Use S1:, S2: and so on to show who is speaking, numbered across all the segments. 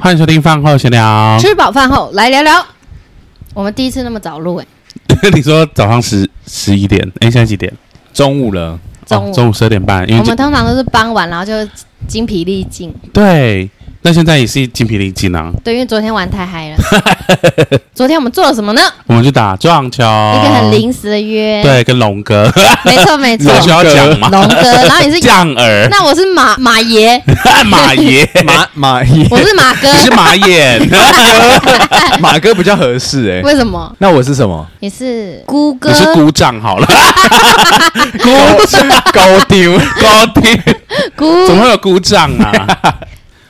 S1: 欢迎收听饭后闲聊。
S2: 吃饱饭后来聊聊。我们第一次那么早录
S1: 哦
S2: 哎、
S1: 你说早上十十一点，哎、现在几点？
S3: 中午了，
S2: 中午
S1: 哦、中午十二点半，因为
S2: 我
S1: 这
S2: 们通常都是傍晚，然后就精疲力尽。
S1: 对，那现在也是精疲力尽啊。
S2: 对，因为昨天玩太嗨了。昨天我们做了什么呢？
S1: 我们去打撞球，
S2: 一个很临时的约。，
S1: 哦对，跟龙哥，
S2: 没错没错
S1: 有。需要讲吗？
S2: 龙哥，然后 你是，
S1: 酱儿，
S2: 那我是马马爷，
S1: 马爷，
S3: 马马爷
S2: 我是马哥
S1: 你。是马眼，
S3: 马哥比较合适哎、
S2: 为什么？
S3: 那我是什么？
S2: 你是姑哥
S1: 你？是姑丈好 了，
S3: 高高丢，
S1: 高低，
S2: 姑
S1: 怎么会有姑丈啊？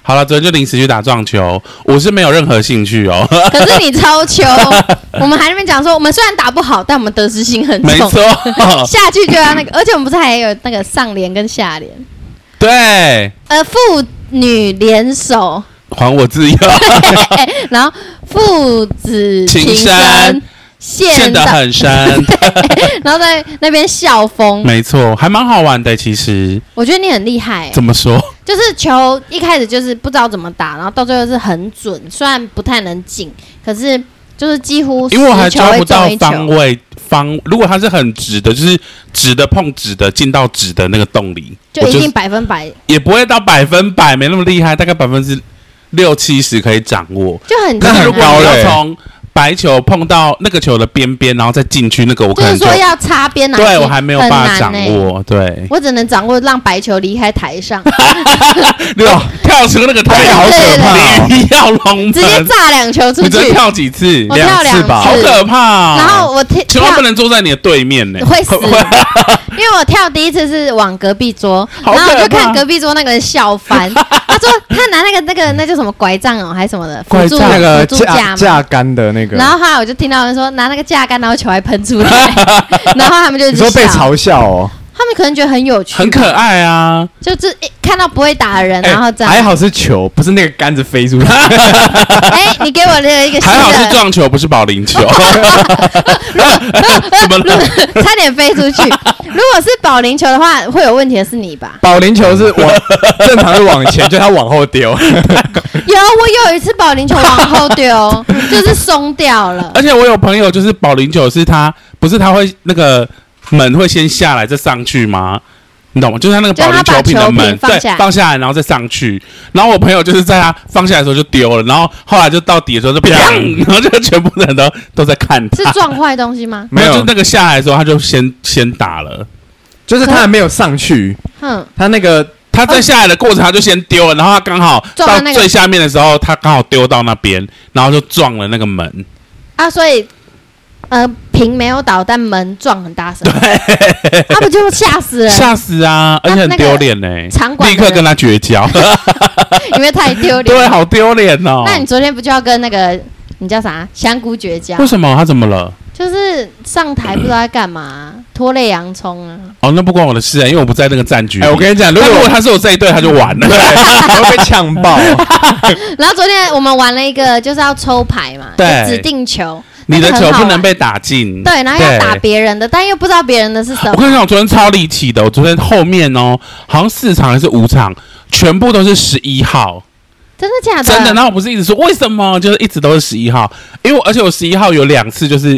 S1: 好了，昨天就临时去打撞球，我是没有任何兴趣哦，
S2: 可是你超球。 我们还在那边讲说，我们虽然打不好，但我们得失心很
S1: 没
S2: 重。
S1: 错，
S2: 下去就要那个，而且我们不是还有那个上联跟下联，
S1: 对，
S2: 呃，父女 联手，
S1: 还我自由。
S2: 然后父子
S1: 情
S2: 深
S1: 深，陷
S2: 陷
S1: 得
S2: 到，
S1: 很深，
S2: 然后在那边笑 疯。
S1: 没错，还蛮好玩的。其实
S2: 我觉得你很厉害、欸
S1: 怎么说，
S2: 就是球一开始就是不知道怎么打，然后到最后是很准，虽然不太能进，可是就是几乎
S1: 因为我还
S2: 十球
S1: 抓
S2: 会
S1: 不到
S2: 中一
S1: 方
S2: 球。
S1: 位方，如果它是很直的，就是直的碰直的进到直的那个洞里，
S2: 就
S1: 我
S2: 一
S1: 就
S2: 定百分百，
S1: 也不会到百分百，没那么厉害，大概百分之六七十可以掌握。
S2: 就很
S1: 可
S2: 强
S1: 是
S2: 啊
S1: 如果
S3: 高
S1: 我
S3: 了
S1: 要
S3: 欸
S1: 从白球碰到那个球的边边，然后再进去那个，我可
S2: 就
S1: 能
S2: 是
S1: 就
S2: 说要擦边拿进，
S1: 对我还没有
S2: 很
S1: 办法
S2: 难
S1: 掌
S2: 欸，
S1: 握。对，
S2: 我只能掌握让白球离开 台上，
S1: 六跳出那个
S2: 对
S1: 台
S2: 好可怕
S3: 哦
S1: 你要龙门，
S2: 直接炸两球出
S1: 你这
S2: 去，
S1: 跳几次？
S2: 我跳
S3: 两
S2: 两
S3: 次
S2: 次，
S3: 吧
S1: 好可怕、哦！
S2: 然后我跳，
S1: 千万不能坐在你的对面呢、
S2: 跳会死， 因为我跳第一次是往隔壁桌，
S1: 好
S2: 然后我就
S1: 可怕
S2: 看隔壁桌那个人 笑翻，他说他拿那个那个那叫什么拐杖哦，还是什么的辅助
S3: 那个
S2: 辅助
S3: 架
S2: 架嘛。
S3: 架杆的那个，
S2: 然后后来我就听到人说拿那个架杆，然后球还喷 出来，然后他们就一
S3: 你
S2: 直
S3: 说被
S2: 笑
S3: 嘲笑哦，
S2: 他们可能觉得很有趣，
S1: 很可，哎爱啊！
S2: 就这一看到不会打的人，然后这
S3: 还
S2: 样，
S3: 好是球，不是那个杆子飞出去，
S2: 哎，你给我的一个新
S1: 还好是
S2: 的，
S1: 撞球，不是保龄球。 怎么 了？
S2: 差点飞出去。如果是保龄球的话，会有问题的是你吧？
S3: 保龄球是往 正常是往前，就他往后丢，
S2: 有，我有一次保龄球往后丢， 就是松掉了
S1: 而。且我有朋友就是保龄球，是他不是他会那个门会先下来再上去吗？你懂吗？就是他那个保龄球瓶的门，
S2: 就他把球瓶放下
S1: 对
S2: 来
S1: 放下来，然后再上去。然后我朋友就是在他放下来的时候就丢了，然后后来就到底的时候就砰， 然后就全部人都都在看
S2: 是
S1: 他。
S2: 撞坏东西吗？
S3: 没
S1: 就
S3: 有，
S1: 那个下来的时候，他就先先打了。
S3: 就是他还没有上去，
S2: 哼，
S3: 他那 个
S1: 他在下来的过程，他就先丢了，然后他刚好
S2: 撞
S1: 到
S2: 到那个
S1: 最下面的时候，他刚好丢到那边，然后就撞了那个门。
S2: 啊，所以呃，瓶没有倒，但门撞很大声，他啊不就吓死人？
S1: 吓死啊！而且很丢脸欸呢，
S2: 场馆
S1: 立
S2: 的
S1: 刻
S2: 人
S1: 跟他绝 交，
S2: 因为太丢脸。
S1: 对，好丢脸哦。
S2: 那你昨天不就要跟那个你叫啥香菇绝交
S1: 为？什么他怎么了？
S2: 就是上台不知道在干嘛、拖累洋葱啊！
S1: 哦，那不关我的事啊，因为我不在那个战局里。
S3: 哎，我跟你讲，如
S1: 但
S3: 果
S1: 如果
S3: 我
S1: 他是我这一队，他就完了。
S3: 我会被呛爆，哦
S2: 然后昨天我们玩了一个就是要抽牌嘛，
S1: 对
S2: 就指定球，
S1: 你的
S2: 那个
S1: 球
S2: 很好
S1: 不能
S2: 玩
S1: 被打进。
S2: 对，然后要打
S1: 对
S2: 别人的，但又不知道别人的是什
S1: 我
S2: 么，
S1: 跟你讲，我昨天超离奇的，我昨天后面哦，好像四场还是五场，全部都是十一号。
S2: 真的假的？
S1: 真的。然后我不是一直说为什么，就是一直都是十一号，因为我而且我十一号有两次就是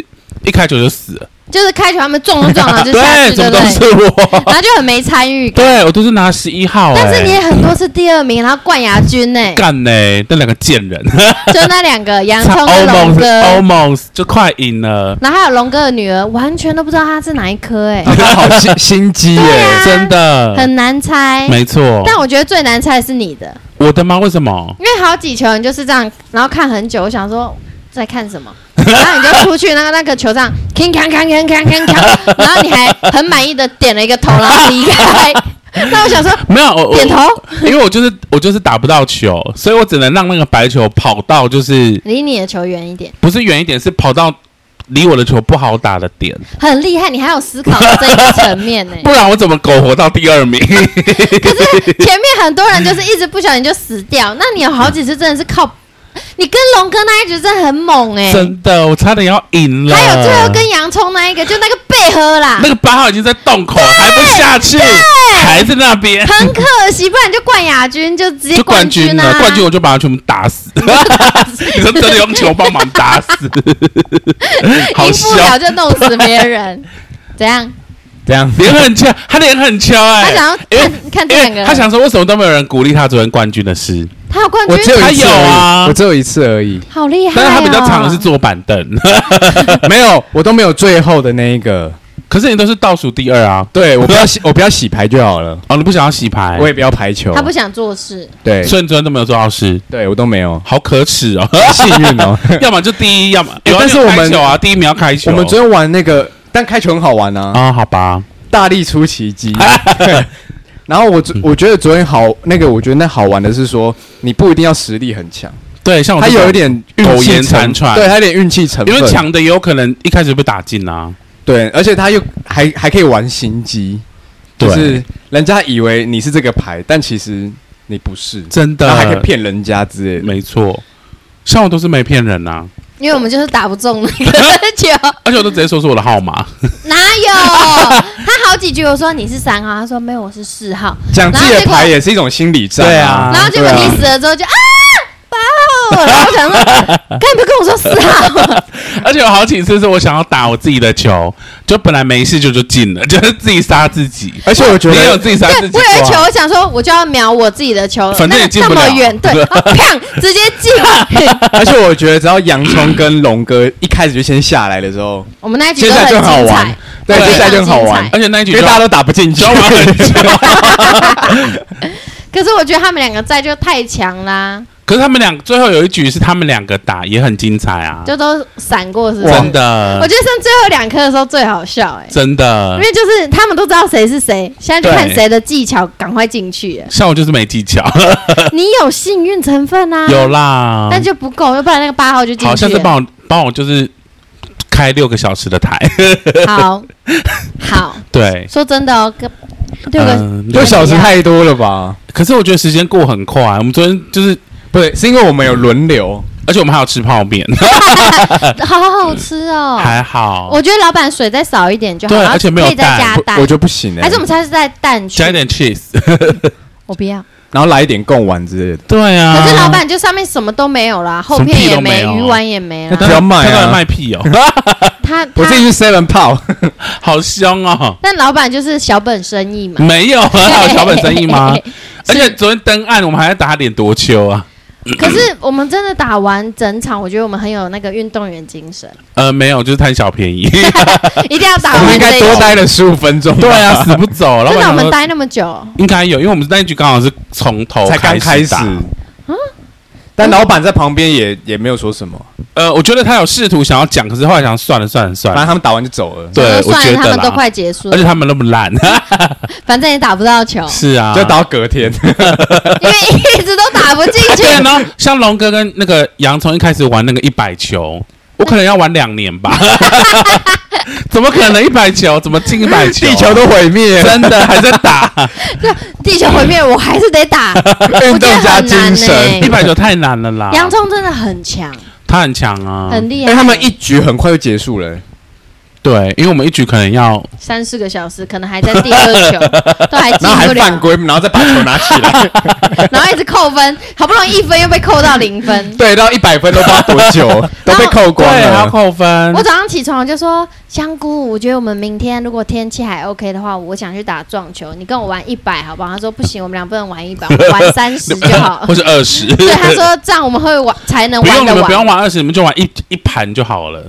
S1: 一开球就死了，
S2: 就是开球他们中了 撞了就下
S1: 对，
S2: 去，
S1: 怎
S2: 对
S1: 么
S2: 不
S1: 都是
S2: 对？
S1: 我，
S2: 然后就很没参 与感。
S1: 对我都是拿十一号、欸，
S2: 但是你也很多次第二名，然后冠亚军 呢、
S1: 干呢、那两个贱人，
S2: 就那两个洋葱跟啊龙
S1: almost
S2: 哥，
S1: almost 就快赢了，
S2: 然后还有龙哥的女儿，完全都不知道她是哪一颗 哎、
S3: 他 好 心心机
S2: 对
S3: 耶，
S2: 啊
S1: 真的，
S2: 很难猜。
S1: 嗯没错。
S2: 但我觉得最难猜的是你的，
S1: 我的吗？为什么？
S2: 因为好几球你就是这样，然后看很久，我想说在看什么，然后你就出去那个那个球上，铿锵铿锵铿锵锵， 然后你还很满意的点了一个头，然后离开。那我想说
S1: 没有，我我
S2: 点头，
S1: 因为我就是我就是打不到球，所以我只能让那个白球跑到就是
S2: 离你的球远一点，
S1: 不是远一点，是跑到离我的球不好打的点。
S2: 很厉害，你还有思考到这个层面 呢、
S1: 不然我怎么苟活到第二名？
S2: 哎 可是前面很多人就是一直不小心就死掉，那你有好几次真的是靠你跟龙哥那一局真的很猛哎、
S1: 真的，我差点要赢了。
S2: 还有最后跟洋葱那一个，就那个背合啦
S1: 那，个八号已经在洞口，还不下去，还在那边，
S2: 很可惜，不然就冠亚军，就直接
S1: 就冠军
S2: 啊！
S1: 了，冠军我就把他全部打 死。 你说真的用球帮忙打死，好
S2: 赢不
S1: 笑
S2: 了，就弄死别 人，怎样？
S3: 这样
S1: 脸很翘，他脸很翘
S2: 他
S1: 哎，
S2: 想要
S1: 因为
S2: 看看这
S1: 因
S2: 两个
S1: 为
S2: 人，
S1: 他想说为什么都没有人鼓励他昨天冠军的事，
S2: 他有冠
S3: 我
S2: 军，
S3: 只有一次
S1: 他
S3: 而
S1: 有
S3: 已
S1: 啊
S3: 我只有一次而已，
S2: 好厉害、哦！
S1: 但是他比较长的是坐板凳，
S3: 没有，我都没有最后的那一个。
S1: 可是你都是倒数第二啊，
S3: 对我不要洗，我不要洗牌就好 了，
S1: 哦，你不想要洗牌
S3: 我，也不要排球啊
S2: 他。不想做事，
S3: 对，
S1: 所以你昨天都没有做到事，
S3: 对我都没有，
S1: 好可耻 哦。
S3: 幸运哦。
S1: 要么就第一，要么有啊
S3: 哎但是我们
S1: 你有开球啊，第一名要开球。
S3: 我们昨天玩那个，但开球很好玩啊，
S1: 啊，好吧，
S3: 大力出 奇迹。然后我
S1: 嗯
S3: 昨我觉得昨天好那个，我觉得那好玩的是说，你不一定要实力很强，
S1: 对，像我
S3: 他
S1: 这种
S3: 有一点
S1: 苟延
S3: 运气成
S1: 残喘
S3: 对他有点运气成
S1: 因
S3: 分，
S1: 为强的也有可能一开始被打进啊，
S3: 对，而且他又还还可以玩心机，就
S1: 对
S3: 是人家以为你是这个牌，但其实你不是，
S1: 真的嗯
S3: 然后还可以骗人家之类的。
S1: 没错，像我都是没骗人呐、
S2: 因为我们就是打不中那
S1: 啊
S2: 个 球，
S1: 而且我都直接说出我的号码，
S2: 哪有？他好几局我说你是三号，他说没有，我是四号，
S3: 讲自己
S2: 然后
S3: 的
S2: 结果
S3: 牌也是一种心理战、
S1: 啊对啊
S3: 啊。
S2: 然后结果
S3: 对啊
S2: 你死了之后就啊。八 号，然后我想说，干嘛不跟我说四号？
S1: 而且有好几次是我想要打我自己的球，就本来没事就就进了， 就是自己杀自己。
S3: 而且我 觉
S1: 你也有
S3: 得，
S1: 自己杀自
S2: 对
S1: 己，
S2: 我
S1: 过
S2: 有一
S1: 啊
S2: 球，我想说我就要瞄我自己的球，
S1: 反正
S2: 那
S1: 也进
S2: 这
S1: 不
S2: 么
S1: 了
S2: 远，对，然后砰，直接进。
S3: 而且我觉得，只要洋葱跟龙哥一开始就先下来的时候，
S2: 我们那一局
S3: 接
S2: 都
S3: 下来就很好
S2: 精
S3: 玩
S2: 彩，，
S3: 对，
S1: 对
S3: 接下来就很好
S2: 非常精
S3: 玩
S2: 彩，
S1: 而且那一局
S3: 因为大家
S1: 都
S3: 都打不进去
S1: 交。 往很久，
S2: 可是我觉得他们两个在就太强啦，
S1: 可是他们两最后有一局是他们两个打，也很精彩啊，
S2: 就都闪过，是不是？
S1: 真
S2: 我
S1: 的
S2: 觉得剩最后两颗的时候最好笑哎、
S1: 真的
S2: 因。为就是他们都知道谁是谁，现在就看谁的技巧赶快进去哎了。
S1: 像我就是没技 巧，
S2: 你有幸运成分啊，
S1: 有啦，
S2: 但就不够，要不然那个八号就进去了。
S1: 好像是帮我帮我就是开六个小时的台，
S2: 好好
S1: 对，
S2: 说真的哦，跟六个、
S1: 嗯
S3: 六小时太多了吧？
S1: 可是我觉得时间过很快，我们昨天就是，
S3: 不对，是因为我们有轮流，
S1: 而且我们还有吃泡面，
S2: 好好吃哦。
S1: 还好，
S2: 我觉得老板水再少一点就好，
S1: 对
S2: 然后
S1: 而且没有
S2: 可以再
S1: 蛋
S2: 加
S3: 不
S2: 蛋
S3: 我，觉得不行哎、
S2: 还是我们下次再蛋去
S1: 加一，点 cheese，
S2: 我不要。
S3: 然后来一点贡丸之类的，
S1: 对啊。
S2: 可是老板就上面什么都没有啦，后片
S1: 什
S2: 也没，
S1: 么屁都没
S2: 鱼
S1: 有啊
S2: 丸也没
S3: 那
S2: 啦
S3: 当。不要卖啊
S1: 他当然卖屁哦，
S2: 他
S3: 我自
S2: 他，
S3: 己去 Seven 泡，
S2: 哦
S1: 好香哦。
S2: 但老板就是小本生意 嘛。
S1: 没 有很好小本生意吗？而且昨天登岸，我们还在打脸多秋啊。
S2: 可是我们真的打完整场，我觉得我们很有那个运动员 精神，
S1: 呃，没有，就是贪小便宜。
S2: 一定要打
S3: 我们
S2: 完
S3: 应
S2: 这
S3: 该
S2: 一
S3: 多
S2: 局。
S3: 待了十五分钟吧。
S1: 对啊，死不走。老
S2: 真的，我
S1: 板
S2: 们
S1: 说
S2: 待那么久，
S1: 应该有，因为我们那一局刚好是从头
S3: 才刚哦开始
S1: 打。。
S2: 啊
S3: 但老板在旁边也也没有说什么，
S1: 呃，我觉得他有试图想要讲，可是后来想算了算了算
S3: 反
S1: 了，
S3: 正他们打完就走了，
S1: 对
S2: 我说算
S1: 我觉
S2: 了，
S1: 得
S2: 他们
S1: 啦
S2: 都快结束
S1: 而且
S2: 了，
S1: 他们那么烂，
S2: 反正也打不到 球，
S1: 是啊，
S3: 就打到隔天。
S2: 因为一直都打不进
S1: 啊
S2: 去
S1: 对。，然后像龙哥跟那个洋葱一开始玩那个一百球，我可能要玩两年吧， 怎么可能一百球？怎么进一百球？ 啊
S3: 地球都毁灭，
S1: 真的还在打，
S2: 地球毁灭，我还是得打。
S3: 运动
S2: 我觉得
S3: 家精
S2: 很难
S3: 神
S2: 欸。
S1: 一百球太难了啦。
S2: 洋葱真的很强，
S1: 他很强啊，
S2: 很厉
S3: 因
S2: 害。
S3: 为哎他们一局很快就结束了欸，
S1: 对，因为我们一局可能要
S2: 三四个小时，可能还在第二球，都还进
S3: 然后
S2: 不
S3: 还犯
S2: 了，
S3: 规，然后再把球拿起 来，
S2: 然后一直扣分，好不容易一分又被扣到零分。
S3: 对，到一百分都不知道多 久，都被扣光
S1: 对，还要
S3: 了。
S2: 啊
S1: 扣分。
S2: 我。早上起床我就说：“香菇，我觉得我们明天如果天气还 OK 的话，我想去打撞球，你跟我玩一百好不好？”他说：“不行，我们俩不能玩一百，我们玩三十就 好
S1: 或是二十，”
S2: 对，他说：“这样我们会玩才 能
S1: 不
S2: 玩
S1: 用你
S2: 得
S1: 们不用
S2: 完。
S1: 玩二十，你们就玩一一盘就好了，”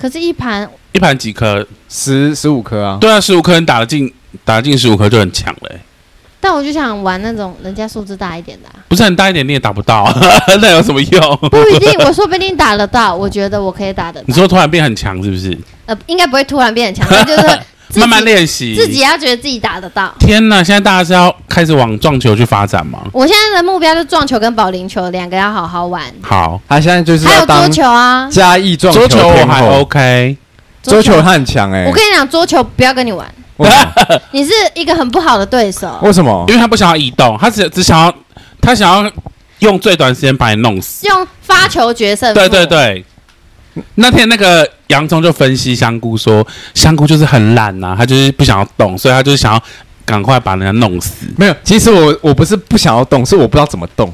S2: 可是，一盘
S1: 一盘几颗？
S3: 十十五颗啊，
S1: 对啊，十五颗人打得进，打得进十五颗就很强了欸、
S2: 但我就想玩那种人家数字大一点的啊、
S1: 不是很大一点你也打不到， 那有什么用？
S2: 不一定，我说不定打得到，我觉得我可以打得
S1: 你
S2: 到。
S1: 说突然变很强是不是？
S2: 呃，应该不会突然变很强，但就是自己
S1: 慢慢练习，
S2: 自己要觉得自己打得到。
S1: 天呐，现在大家是要开始往撞球去发展吗？
S2: 我现在的目标就是撞球跟保龄球两个要好好玩，
S1: 好，
S3: 他现在就是
S2: 还
S3: 要
S2: 有桌
S3: 当
S2: 球啊，
S3: 嘉义撞
S1: 桌球我
S3: 天
S1: 还
S3: 后，
S1: OK，
S3: 桌球他很强哎
S2: 我，跟你讲，桌球不要跟你玩，
S3: 为什 么
S2: 你是一个很不好的对手。
S3: 为什么？
S1: 因为他不想要移动，他只只想要他想要用最短时间把你弄死。
S2: 用发球决胜负，
S1: 对对，对，那天那个洋葱就分析香菇说，香菇就是很懒呐、他就是不想要动，所以他就是想要赶快把人家弄死。
S3: 没有，其实我我不是不想要动，是我不知道怎么动，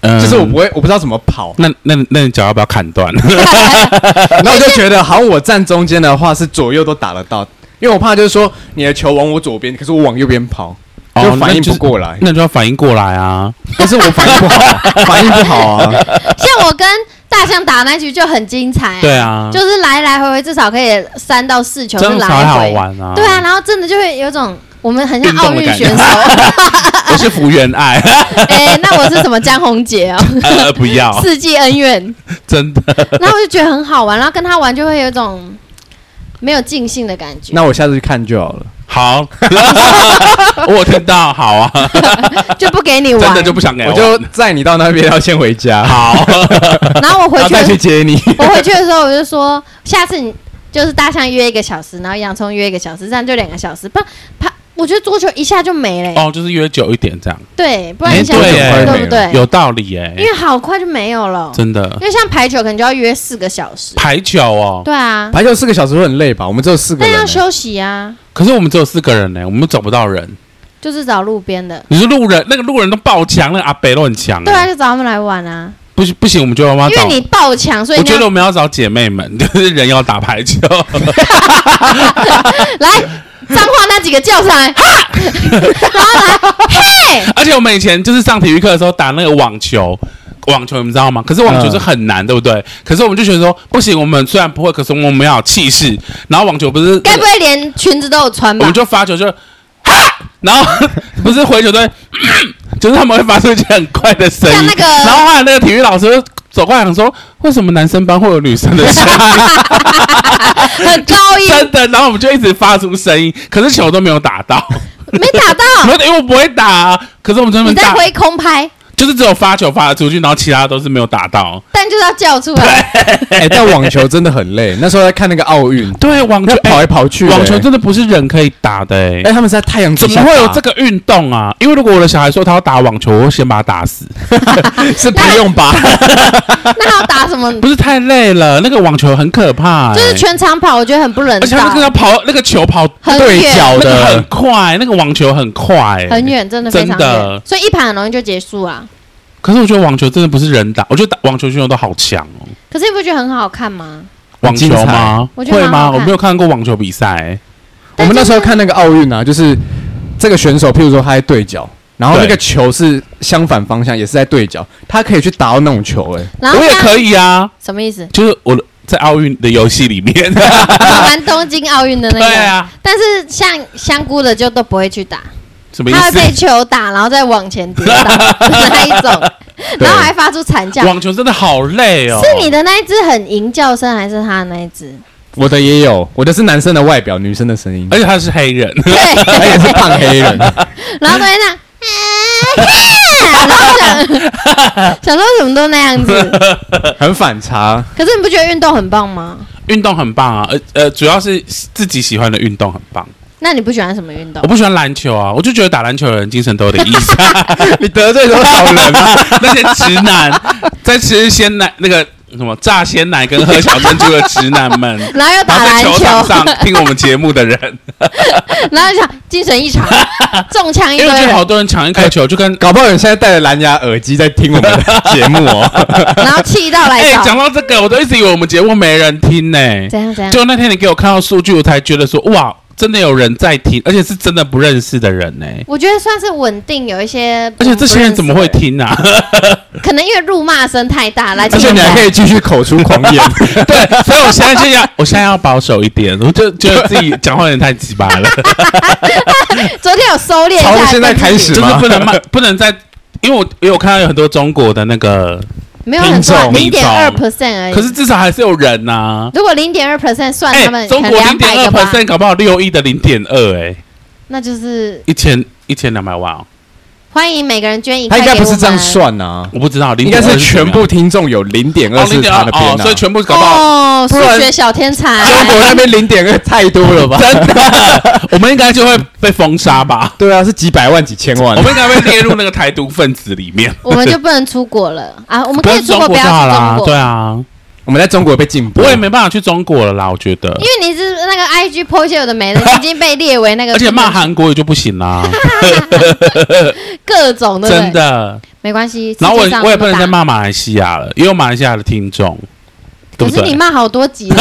S1: 嗯
S3: 就是我不会，我不知道怎么跑，
S1: 那那那你脚要不要砍断？
S3: 然后我就觉得好像我站中间的话是左右都打得到，因为我怕就是说你的球往我左边，可是我往右边跑， 就
S1: 哦
S3: 反应
S1: 那就
S3: 不
S1: 是
S3: 过来，
S1: 那就要反应过来啊！
S3: 可是我反应不好， 反应不好啊。
S2: 像我跟大象打那局就很精彩、
S1: 对啊
S2: 就是来来回回至少可以三到四球
S1: 这
S2: 是
S1: 样
S2: 来
S1: 才好
S2: 回，
S1: 玩啊！
S2: 对啊，，然后真的就会有种我们很像奥运选
S1: 运动
S2: 手，
S1: 我是福原爱，
S2: 哎、那我是什么江宏杰哦，
S1: 呃，不要，
S2: 世纪恩怨，
S1: 真的。
S2: 然后我就觉得很好玩，然后跟他玩就会有一种没有尽兴的感觉。
S3: 那我下次去看就好了。
S1: 好，我有听到，好啊，
S2: 就不给你玩，
S1: 真的就不想给
S3: 我
S1: 玩
S3: 就载你到那边，要先回 家，
S1: 好，
S2: 然后我回
S3: 然后
S2: 去
S3: 再
S2: 的时
S3: 去
S2: 候，
S3: 接你。
S2: 我回去的时候我就说，下次你就是大象约一个小时，然后洋葱约一个小时，这样就两个小时。不然，怕我觉得桌球一下就没了、欸
S1: 哦，就是约久一点这样，
S2: 对，不然
S1: 哎
S2: 一下就
S1: 对
S2: 没
S1: 耶
S2: 了，对不对？
S1: 有道理哎
S2: 因，为好快就没有了，
S1: 真的
S2: 因。为像排球可能就要约四个小时，
S1: 排球哦，
S2: 对啊，
S3: 排球四个小时会很累吧？我们只有四个
S2: 但
S3: 人欸、
S2: 哎要休息啊，
S1: 可是我们只有四个人呢，我们找不到人。
S2: 就是找路边的，
S1: 你是路人，那个路人都爆强，那个阿北都很强
S2: 对啊，
S1: 哎。
S2: 就找他们来玩啊，
S1: 不行不行，我们就要
S2: 因
S1: 找
S2: 为。你爆强，所以
S1: 我
S2: 你
S1: 觉得
S2: 要
S1: 我们要找姐妹们， 就是人要打排球。
S2: 来脏话那几个教材，哈，然后来，嘿，
S1: 而且我们以前就是上体育课的时候打那个网球，网球你们知道吗？可是网球是很难，对不对？可是我们就觉得说不行，我们虽然不会，可是我们要有气势。然后网球不是，
S2: 该不会连裙子都有穿
S1: 我
S2: 吧
S1: 们？就发球就，然后 不是回球队， 就是他们会发出一些很怪的声音。
S2: 像那个
S1: 然后后来那个体育老师就走过来想说，为什么男生班会有女生的声 音？
S2: 嗯很高音，
S1: 真的，然后我们就一直发出声音，可是球都没有打到，
S2: 没打到，
S1: 没有因为我不会打、啊，可是我们专门
S2: 你在
S1: 打，
S2: 挥空拍，
S1: 就是只有发球发得出去，然后其他都是没有打到。
S2: 但就是要叫出来。
S3: 哎但网球真的很累。那时候在看那个奥运，
S1: 对，网球
S3: 那跑
S1: 哎
S3: 来跑去、
S1: 网球
S3: 真，
S1: 真的不是人可以打的、欸，
S3: 哎、他们是在太阳底
S1: 怎
S3: 下
S1: 么会有
S3: 打
S1: 这个运动啊？因为如果我的小孩说他要打网球，我会先把他打 死，
S3: 是不用吧？
S2: 那还要打什么？
S1: 不是太累了，那个网球很可怕、欸，
S2: 就是全场跑，我觉得很不人
S1: 而且他
S2: 道
S1: 那，个要跑那个球跑
S2: 很
S3: 对
S2: 远，
S3: 角
S1: 那个很
S3: 的，
S1: 快，那个网球很快、欸
S2: 很。远，真的非常
S1: 真的
S2: 远，所以一盘很容易就结束啊。
S1: 可是我觉得网球真的不是人打，我觉得打网球选手都好强哦。
S2: 可是你不觉得很好看吗？
S1: 网
S3: 很精
S1: 球吗
S3: 彩？
S2: 我觉得
S1: 会
S2: 蛮
S1: 吗？
S2: 好
S1: 我
S2: 看
S1: 没有看过网球比赛、欸
S3: 我们那时候看那个奥运啊，就是这个选手，譬如说他在对角，然后那个球是相反方向，也是在对角，他可以去打到那种球、哎，
S2: 然后
S1: 我也
S2: 像
S1: 可以啊，？
S2: 什么意思
S1: 就是我在奥运的游戏里面。
S2: 玩东京奥运的那
S1: 对
S2: 个，
S1: 啊，
S2: 但是像香菇的就都不会去打，
S1: 什么意
S2: 他会被
S1: 思？
S2: 球打，然后再往前跌 倒那一种，然后还发出惨叫。
S1: 网球真的好累哦。
S2: 是你的那一只很吟叫声，还是他的那一 只？
S3: 我的也有，我的是男生的外表，女生的声音，
S1: 而且他是黑人，
S2: 对，
S3: 而且是胖黑人，
S2: 然后都会那样， 然后想想说怎么都那样 子，
S3: 很反差。
S2: 可是你不觉得运动很棒吗？
S1: 运动很棒啊，呃呃，主要是自己喜欢的运动很棒。
S2: 那你不喜欢什么运动
S1: 我？不喜欢篮球啊，我就觉得打篮球的人精神都有点异 常。
S3: 你得罪多少人啊？
S1: 那些直男在吃鲜奶那个什么炸鲜奶跟喝小珍珠的直男 们，
S2: 然后又
S1: 然
S2: 打
S1: 后在
S2: 篮
S1: 球场
S2: 球，
S1: 上听我们节目的人，
S2: 然后想精神异常，中枪一
S1: 因为我
S2: 堆
S1: 觉得好
S2: 人，
S1: 多人抢一颗球就跟
S3: 搞不好有人现在戴着蓝牙耳机在听我们的节目哦。
S2: 然后气到来
S1: 哎，
S2: 找，
S1: 讲到这个，我都一直以为我们节目没人听呢、
S2: 怎样怎样？
S1: 就那天你给我看到数据，我才觉得说哇，真的有人在听，而且是真的不认识的人呢、
S2: 我觉得算是稳定，有一些。
S1: 而且这些人怎么会？听啊？
S2: 哦可能因为辱骂声太大，来
S3: 而
S2: 听
S3: 且
S2: 我
S3: 你
S2: 们
S3: 还可以继续口出狂言，
S1: 对，所以我现在就要，我 现在要保守一点，我就觉得自己讲话有点太鸡巴 了，
S2: 昨天有收敛一下，
S3: 从现在
S2: 跟自己
S3: 开
S1: 就是
S3: 始吗
S1: 不能骂， 不能再，因为我因为我看到有很多中国的那个，
S2: 没有很
S3: 听
S2: 多，啊
S3: 众
S2: 零
S1: 民众
S2: 点二 percent 而已。
S1: 可是至少还是有人呐、
S2: 如果零点二 percent 算
S1: 哎、
S2: 哎啊他们，
S1: 中
S2: 可能
S1: 国零
S2: 两
S1: 点
S2: 百
S1: 二
S2: 个吧，
S1: percent，搞不好六亿的零点二，哎，
S2: 那就是
S1: 一千一千两百万、哦，
S2: 欢迎每个人捐一
S3: 他
S2: 块
S3: 应
S2: 给我
S3: 该
S2: 们。
S3: 不是这样算啊，
S1: 我不知道，零
S3: 应该是全部听众有零点二
S1: 哦
S3: 是
S1: 零点
S3: 他
S1: 二
S3: 的偏
S1: 哦，
S3: 啊
S1: 所以全部搞不好。
S2: 哦，
S3: 不然
S2: 数学小天
S3: 中
S2: 才。
S3: 国那边零点二太多了吧？
S1: 真的，我们应该就会被封杀吧？
S3: 对啊，是几百万、几千万
S1: 我。们应该被列入那个台独分子里面
S2: 。我们就不能出国了啊！我们
S1: 不
S2: 可
S1: 要
S2: 以
S1: 是
S2: 出国，
S1: 国
S2: 不
S1: 就
S2: 要
S1: 好
S2: 去中
S1: 啦，对
S2: 国。
S1: 啊，
S3: 我们在中国被啊禁播，
S1: 我也没办法去中国了啦，我觉得
S2: 因。为你是那个 IG 破一些有 的没的，你已经被列为那个，
S1: 而且骂韩国语就不行啦，
S2: 各种对不对
S1: 真的。
S2: 没关系。
S1: 然后我
S2: 世界上
S1: 我也
S2: 那么
S1: 不能
S2: 大
S1: 再骂马来西亚了，也有马来西亚的听众，对
S2: 可
S1: 不
S2: 是你
S1: 对？
S2: 骂好多集了，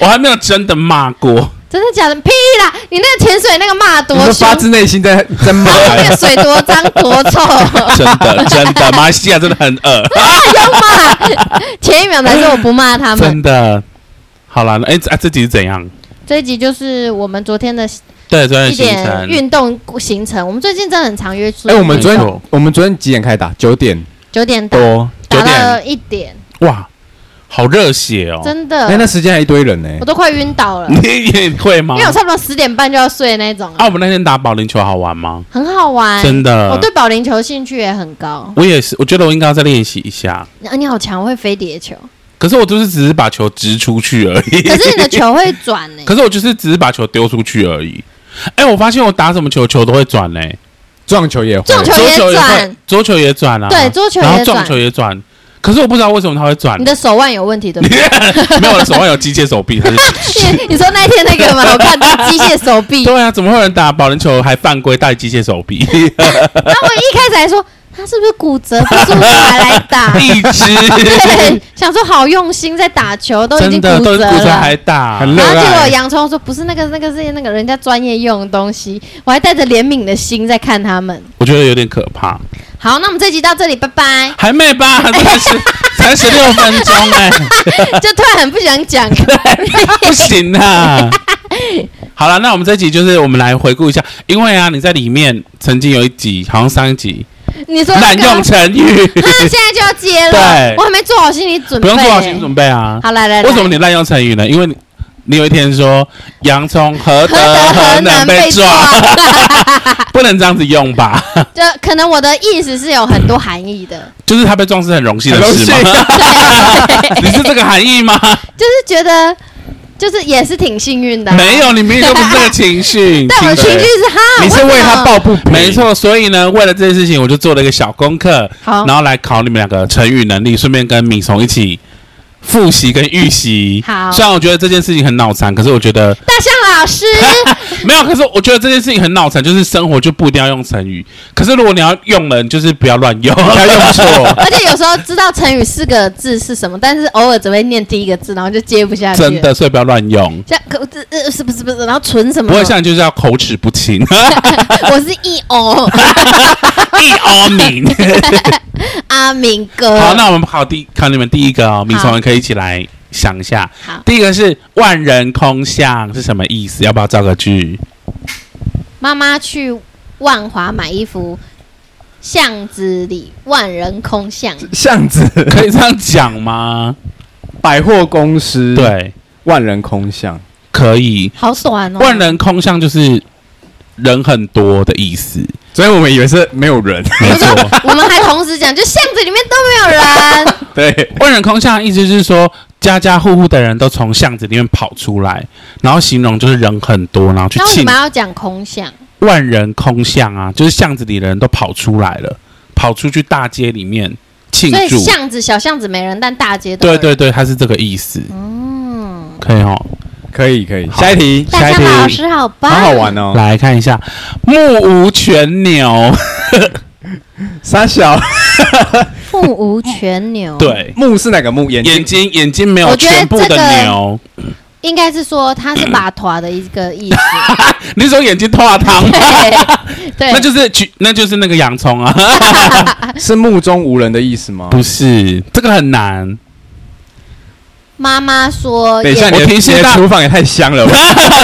S1: 我还没有真的骂过，
S2: 真的假的？屁啦！你那个潜水那个骂得多
S3: 你们
S2: 凶
S3: 发，自内心在在骂、
S2: 然后那
S3: 欸
S2: 个水多脏 多臭，
S1: 真的真的，马来西亚真的很恶，
S2: 要骂。前一秒才说我不骂他们，
S1: 真的。好了，哎、啊，这集是怎样？
S2: 这一集就是我们昨天的
S1: 对，昨天的
S2: 一
S1: 行
S2: 点
S1: 程，
S2: 运动行程。我们最近真的很常约出去，
S3: 哎、我们昨
S1: 没
S3: 天
S1: 错
S3: 我们昨天几点开打？九点
S2: 九点打
S3: 多。
S1: 九
S2: 打到
S1: 点，
S2: 一点，
S1: 哇，好热血哦！
S2: 真
S3: 哎、那
S2: 的，
S3: 时间还一堆人呢、
S2: 呃我都快晕倒了，
S1: 你也会吗
S2: 因为？我差不多十点半就要睡那种了，
S1: 啊，我们那天打保龄球好玩吗？
S2: 很好玩。
S1: 真的，
S2: 我对保龄球兴趣也很高，
S1: 我也是，我觉得我应该要再练习一下。
S2: 啊你好强，我会飞碟球，
S1: 可是我就是只是把球掷出去而已。
S2: 可是你的球会转欸呢、
S1: 可是我就是只是把球丢出去而已。哎、我发现我打什么球球都会转嘞、
S3: 撞球也会，
S2: 撞球
S1: 桌
S2: 也
S1: 球也会
S2: 转，
S1: 桌球也转啊，
S2: 对桌球也
S1: 然后
S2: 转
S1: 撞球也转。可是我不知道为什么它会转
S2: 你，的手腕有问题对不对？
S1: 没有我的手腕有机械手臂，它 就
S2: 你你说那天那个吗？我看机械手臂，
S1: 对啊，怎么会有人打保龄球还犯规带机械手臂？一
S2: 那我一开始还说他是不是骨折不舒服才来 打，
S1: 只
S2: 对，想说好用心在打球，都已
S1: 真
S2: 经
S1: 的都
S2: 折
S1: 是骨折还
S2: 了。
S1: 打，
S3: 很热
S2: 然后结果
S3: 爱。
S2: 洋葱说不是那个那个是那个人家专业用的东西，我还带着怜悯的心在看他们。
S1: 我觉得有点可怕。。
S2: 好，那我们这集到这里，拜拜
S1: 还没吧？真 的是才十六分钟哎、
S2: 就突然很不想 讲，
S1: 不行啊！好了，那我们这集就是我们来回顾一下，因为啊，你在里面曾经有一集，好像上一集
S2: 你说那
S1: 滥
S2: 个
S1: 用成语，
S2: 他现在就要接了
S1: 对，
S2: 我还没做好心理 准
S1: 不
S2: 备耶。
S1: 用做好心理准备啊。
S2: 好，来来，来
S1: 为什么你滥用成语呢？因为你你有一天说洋葱何
S2: 何德
S1: 德
S2: 何
S1: 能
S2: 能被
S1: 抓，
S2: 抓？
S1: 不能这样子用吧？
S2: 就可能我的意思是有很多含义的，
S1: 就是他被撞是很荣幸的
S3: 很
S1: 事
S3: 荣
S1: 吗？
S2: 对
S1: 你是这个含 义吗？
S2: 就是觉得就是也是挺幸运的、啊
S1: 没有，，你明明就不是这个情绪。
S2: 但我的情绪是哈，
S3: 你是为他抱不平，
S1: 没。错，所以呢，为了这件事情，我就做了一个小功课，
S2: 好
S1: 然后来考你们两个成语能力，顺便跟米虫一起复习跟预习。
S2: 好
S1: 虽然我觉得这件事情很脑残，可是我觉得
S2: 大象老师，
S1: 没有，可是我觉得这件事情很脑残，就是生活就不一定要用成语，可是如果你要用了，你就是不要乱用，不要用错。
S2: 而且有时候知道成语四个字是什么，但是偶尔只会念第一个字，然后就接不下去。
S1: 真，的，所以不要乱
S3: 嗯
S1: 用。
S2: 像可这呃是不是不是，然后存什么？
S1: 不会像你就是要口齿不清，
S2: 我是一哦欧
S1: 一凹明。
S2: 阿明哥。
S1: 好，那我们考第考你们第一个哦，米
S2: 好
S1: 虫也可以一起来想一下。
S2: 好，
S1: 第一个是万人空巷是什么意思？要不要造个 句？
S2: 妈妈去万华买衣服，巷子里万人空巷。
S3: 巷 子
S1: 可以这样讲吗？
S3: 百货公
S2: 嗯
S3: 司，，
S1: 对，
S3: 万人空巷，
S1: 可以。
S2: 好短哦！
S1: 万人空巷就是人很多的意思，
S3: 所以我们以为是没有人。
S1: 没错。
S2: 我们还同时讲，就巷子里面都没有 人，
S3: 对，
S1: 万人空巷意思是说，家家户户的人都从巷子里面跑出来，然后形容就是人很多，然后去
S2: 那为什
S1: 庆
S2: 么要讲空巷？
S1: 万人空巷啊，就是巷子里的人都跑出来了，跑出去大街里面庆
S2: 所以
S1: 祝。
S2: 巷子小巷子没人，但大街都有
S1: 对
S2: 人
S1: 对对，它是这个意思，
S2: 嗯，
S1: 可以哦。
S3: 可以可以。
S1: 好
S3: 下一题，
S2: 大
S1: 下一
S2: 家
S1: 题
S2: 老师好棒，
S3: 好好玩哦。
S1: 来看一下，目无全牛，
S3: 傻小
S2: 目无全 牛，，
S1: 对，
S3: 木是哪个木？眼
S1: 眼
S3: 睛
S1: 睛眼睛没有
S2: 我觉得
S1: 全部
S2: 这
S1: 的
S2: 个
S1: 牛，
S2: 应该是说它是把团的一个 意思，
S1: 你说眼睛透了汤吗？
S2: 对对，
S1: 那就是去，那就是那个洋葱 啊，
S3: 是目中无人的意思吗？
S1: 不是这个很 难。
S2: 妈妈说
S3: 等一
S2: 眼，
S1: 我
S3: 下，你的
S1: 提示
S3: 你的
S1: 大
S3: 厨房也太香 了吧。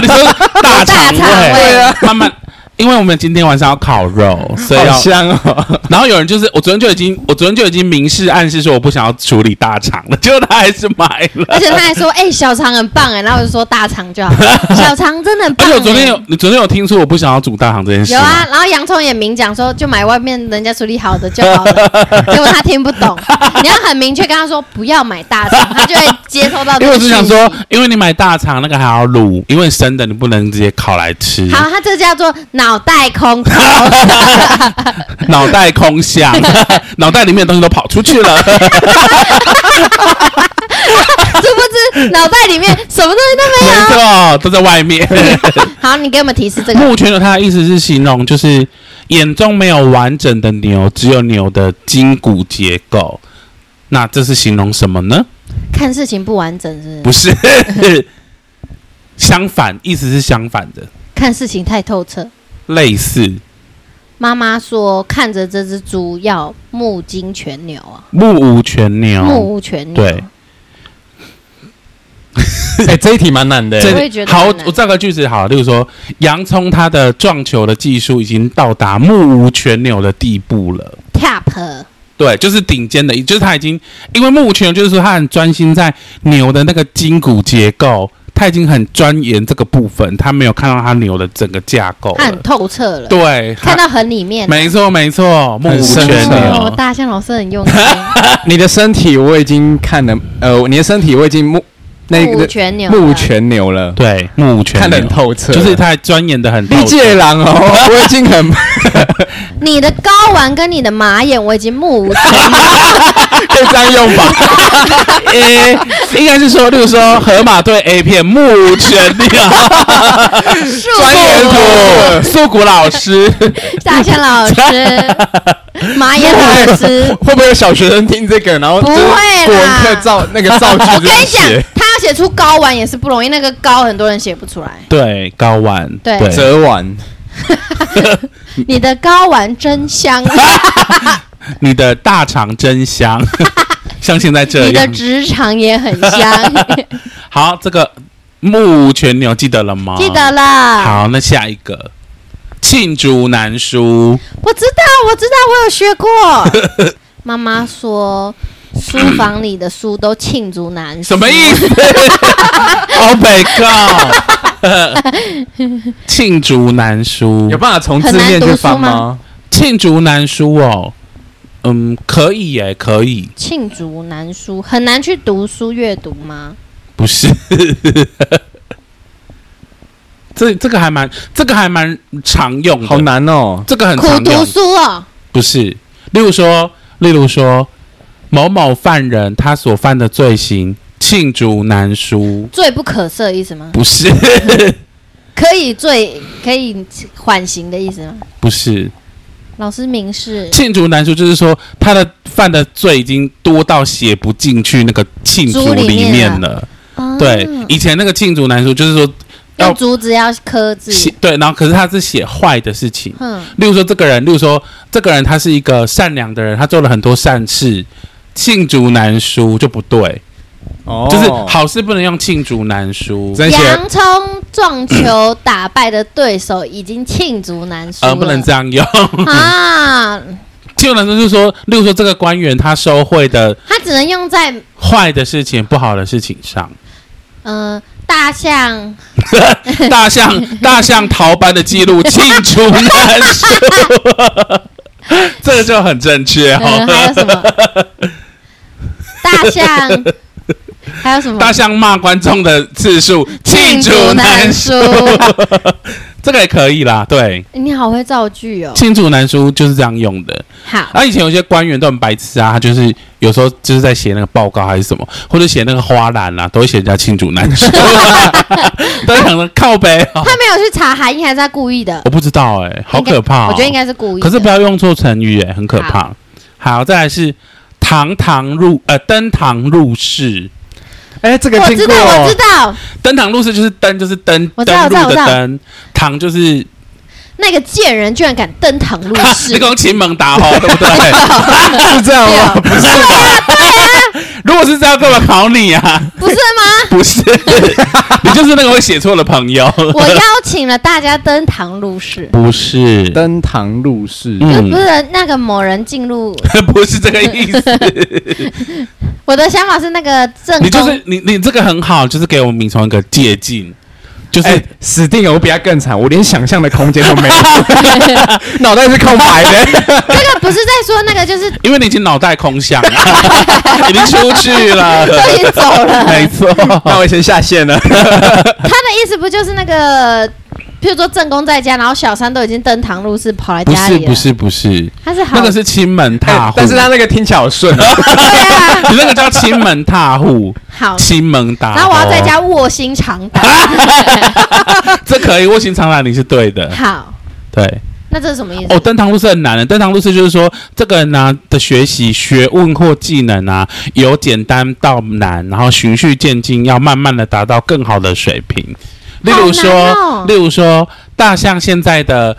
S1: 你说大肠
S2: 大肠
S1: 味，
S2: 味
S3: 对啊，
S1: 慢慢，因为我们今天晚上要烤
S2: 嗯
S1: 肉，所以
S3: 好
S1: 要。
S3: 香 哦！
S1: 然后有人就是，我昨天就已经，我昨天就已经明示暗示说我不想要处理大肠了，结果他还是买了。
S2: 而且他还说，哎，小肠很棒哎，然后我就说大肠就好， 小肠真的很
S1: 而
S2: 棒
S1: 且
S2: 哎。
S1: 我昨天有，你昨天有听说我不想要煮大肠这件事
S2: 有
S1: 吗？
S2: 啊，然后洋葱也明讲说，就买外面人家处理好的就 好了，结果他听不懂。你要很明确跟他说不要买大肠，他就会接收到。
S1: 因为我是想说，，因为你买大肠那个还要卤，因为生的你不能直接烤来吃。
S2: 好，他这叫做脑脑袋 空空，
S1: 脑袋空 想，脑袋里面的东西都跑出去
S2: 啊
S1: 了。
S2: 殊不知脑袋里面什么东西都没
S1: 没
S2: 有。
S1: 错，哦都在外面。
S2: 好，你给我们提示这个
S1: 牧犬有它的意思是形容，就是眼中没有完整的牛，只有牛的筋骨结构。那这是形容什么呢？
S2: 嗯看事情不完整是不
S1: 不
S2: 是？
S1: 是， 相反，意思是相反的，
S2: 看事情太透彻。
S1: 类似
S2: 妈妈说看着这只猪要目惊全牛啊，
S1: 目无全牛。
S2: 目无全牛。
S1: 哦
S2: 啊
S1: 对，
S3: 哎，这一题蛮难的。
S1: 这
S2: 我也觉得
S1: 好
S2: 很，难
S1: 我造个句子好，例呃如说，洋葱它的撞球的技术已经到达目无全牛的地步了。
S2: ，tap
S1: 对，就是顶尖的，就是它已经因为目无呃全牛，就是说它很专心在牛的那个筋骨结构，它已经很钻研这个部分，它没有看到它牛的整个架构
S2: 它很
S1: 了。
S2: 透彻了，
S1: 对，它
S2: 看到嗯很里面。啊
S1: 没错没错，目无
S3: 很深
S1: 全
S3: 层
S2: 哦，
S1: 牛。
S2: 大象老师很 用心，
S3: 你的身体我已经看了，呃，你的身体我已经目那
S2: 目无
S3: 个
S2: 全牛，
S3: 目无。全牛了，
S1: 对，目无全
S3: 看得很
S1: 牛，
S3: 透彻，
S1: 就是它钻研的很透
S3: 历
S1: 彻
S3: 届狼哦，我已经很
S2: 你的睾丸跟你的马眼，我已经目无全牛。
S1: 可以这样用吧？诶、应该是说，例如说，河马对 A 片目无全力啊，专业
S2: 树
S1: 股素谷老师，
S2: 木大象老师，马眼老师。
S3: 会不会有小学生听这个，然后
S2: 不
S3: 就是
S2: 会啦
S3: 国文课造那个造句
S2: 我跟
S3: 这
S2: 你
S3: 样
S2: 讲
S3: 写，
S2: 他要写出睾丸也是不容易，那个睾很多人写不 出来。
S1: 对高玩，
S2: 对
S3: 折完
S2: 你的睾丸 真香，
S1: 你的大肠真 香，像现在这
S2: 你的
S1: 样。
S2: 直肠也很 香，
S1: 好，这个目无全牛记得了吗？
S2: 记得。了。
S1: 好，那下一个。罄竹难书，
S2: 我知道，我知道，我有学过。妈妈说，书房里的书都罄竹难书。
S1: 什么意 思？Oh my god！罄竹难书，
S3: 有办法从
S2: 很
S3: 字
S2: 难
S3: 面
S2: 读
S3: 去
S2: 书
S3: 翻
S2: 吗
S3: 吗？
S1: 罄竹难书哦，嗯，可以耶，可以，
S2: 罄竹难书，很难去读书阅读吗？
S1: 不是。 这这个还蛮，这个还蛮常用的，
S3: 好，难哦，
S1: 这个很
S2: 苦
S1: 常
S2: 读
S1: 用，
S2: 书哦，
S1: 不是。例如说，例如说，某某犯人他所犯的罪行，罄竹难书，
S2: 罪不可赦的意思吗？
S1: 不是，
S2: 可以罪可以缓刑的意思吗？
S1: 不是，
S2: 老师明示
S1: 罄竹难书就是说他的犯的罪已经多到写不进去那个罄
S2: 竹
S1: 竹
S2: 里
S1: 里
S2: 面
S1: 面
S2: 了
S1: 了。
S2: 啊
S1: 对，以前那个罄竹难书就是说要
S2: 用竹子要刻字，
S1: 写对，然后可是他是写坏的事情，
S2: 哼，
S1: 例如说这个人，例如说这个人他是一个善良的人，他做了很多善事，罄竹难书就不对，
S3: 哦
S1: 就是好事不能用罄竹难书，
S3: 真写
S2: 洋葱撞球打败的对手已经罄竹难书了，
S1: 呃，不能这样 用。
S2: 啊，
S1: 罄竹难书就是说，例如说这个官员他收贿的
S2: 它只能用在
S1: 坏的事情、不好的事情 上。
S2: 呃大象
S1: 大象大象逃班的记录，罄竹难书， 这个就很正确
S2: 呃
S1: 哦。
S2: 还有什 么？大象还有什么？
S1: 大象骂观众的次数，罄
S2: 罄
S1: 竹
S2: 竹
S1: 难
S2: 难
S1: 书，
S2: 书。
S1: 这个也可以啦，对。
S2: 你好会造句哦。
S1: 罄竹难书就是这样用的。
S2: 好，
S1: 啊，以前有些官员都很白痴啊，他就是有时候就是在写那个报告还是什么，或者写那个花篮啊，都会写人家罄竹难 书，都会想着靠背、哦。
S2: 他没有去查含义，还是他故意的？
S1: 我不知道哎、好可怕、哦！
S2: 我觉得应该是故意的。
S1: 可是不要用错成语哎、很可怕。好，再来是堂堂入呃登堂入室，
S3: 哎，这个
S2: 我
S3: 经
S2: 知
S3: 过
S2: 道，
S1: 哦
S2: 我知 道
S1: 登堂入室就是登就是登
S2: 我知道
S1: 登入
S2: 我知
S1: 的
S2: 道
S1: 登，堂就是
S2: 那个贱人居然敢登堂 入
S1: 你
S2: 室，
S1: 跟秦猛打吼，对不对？
S3: 是这 样
S1: 哦
S3: 吗？不是
S1: 如果是这样，干嘛考你啊？
S2: 不 是吗？
S1: 不是，你就是那个会写错的朋友。
S2: 我邀请了大家登堂入室，
S1: 不是，
S3: 登堂入室，
S2: 不是
S1: 嗯
S2: 不是那个某人进入。
S1: 不是这个意 思。
S2: 我的想法是那个正
S1: 你就是
S2: 宫
S1: 你，你这个很好，就是给我们敏从一个借鉴，就是、
S3: 哎，死定了！我比他更惨，我连想象的空间都 没有， 脑袋是空白的。
S2: 那个不是在说那个就是
S1: 因为你已经脑袋空想了， 已经出去了，
S2: 都已经走了，
S1: 没错。
S3: 那我先下线了。
S2: 他的意思不就是那个譬如说正宫在家，然后小三都已经登堂入室跑来
S1: 不
S2: 家
S1: 是
S2: 里了，
S1: 不是不是，
S2: 他是好，
S1: 那个是亲门踏
S3: 哎
S1: 户，
S3: 但是他那个听起来好顺啊，
S2: 对啊，
S1: 你那个叫亲门踏户，
S2: 好，
S1: 亲门打。
S2: 哦然后我要在，家卧薪尝 胆，
S1: 啊这可以，卧薪尝胆，你是对的，
S2: 好，
S1: 对。
S2: 那这是什么意思？
S1: 哦，登堂入室很难的。登堂入室就是说，这个人啊的学习、学问或技能啊，由简单到难，然后循序渐进，要慢慢的达到更好的水平。例如说，
S2: 好难哦
S1: 例如说，大象现在的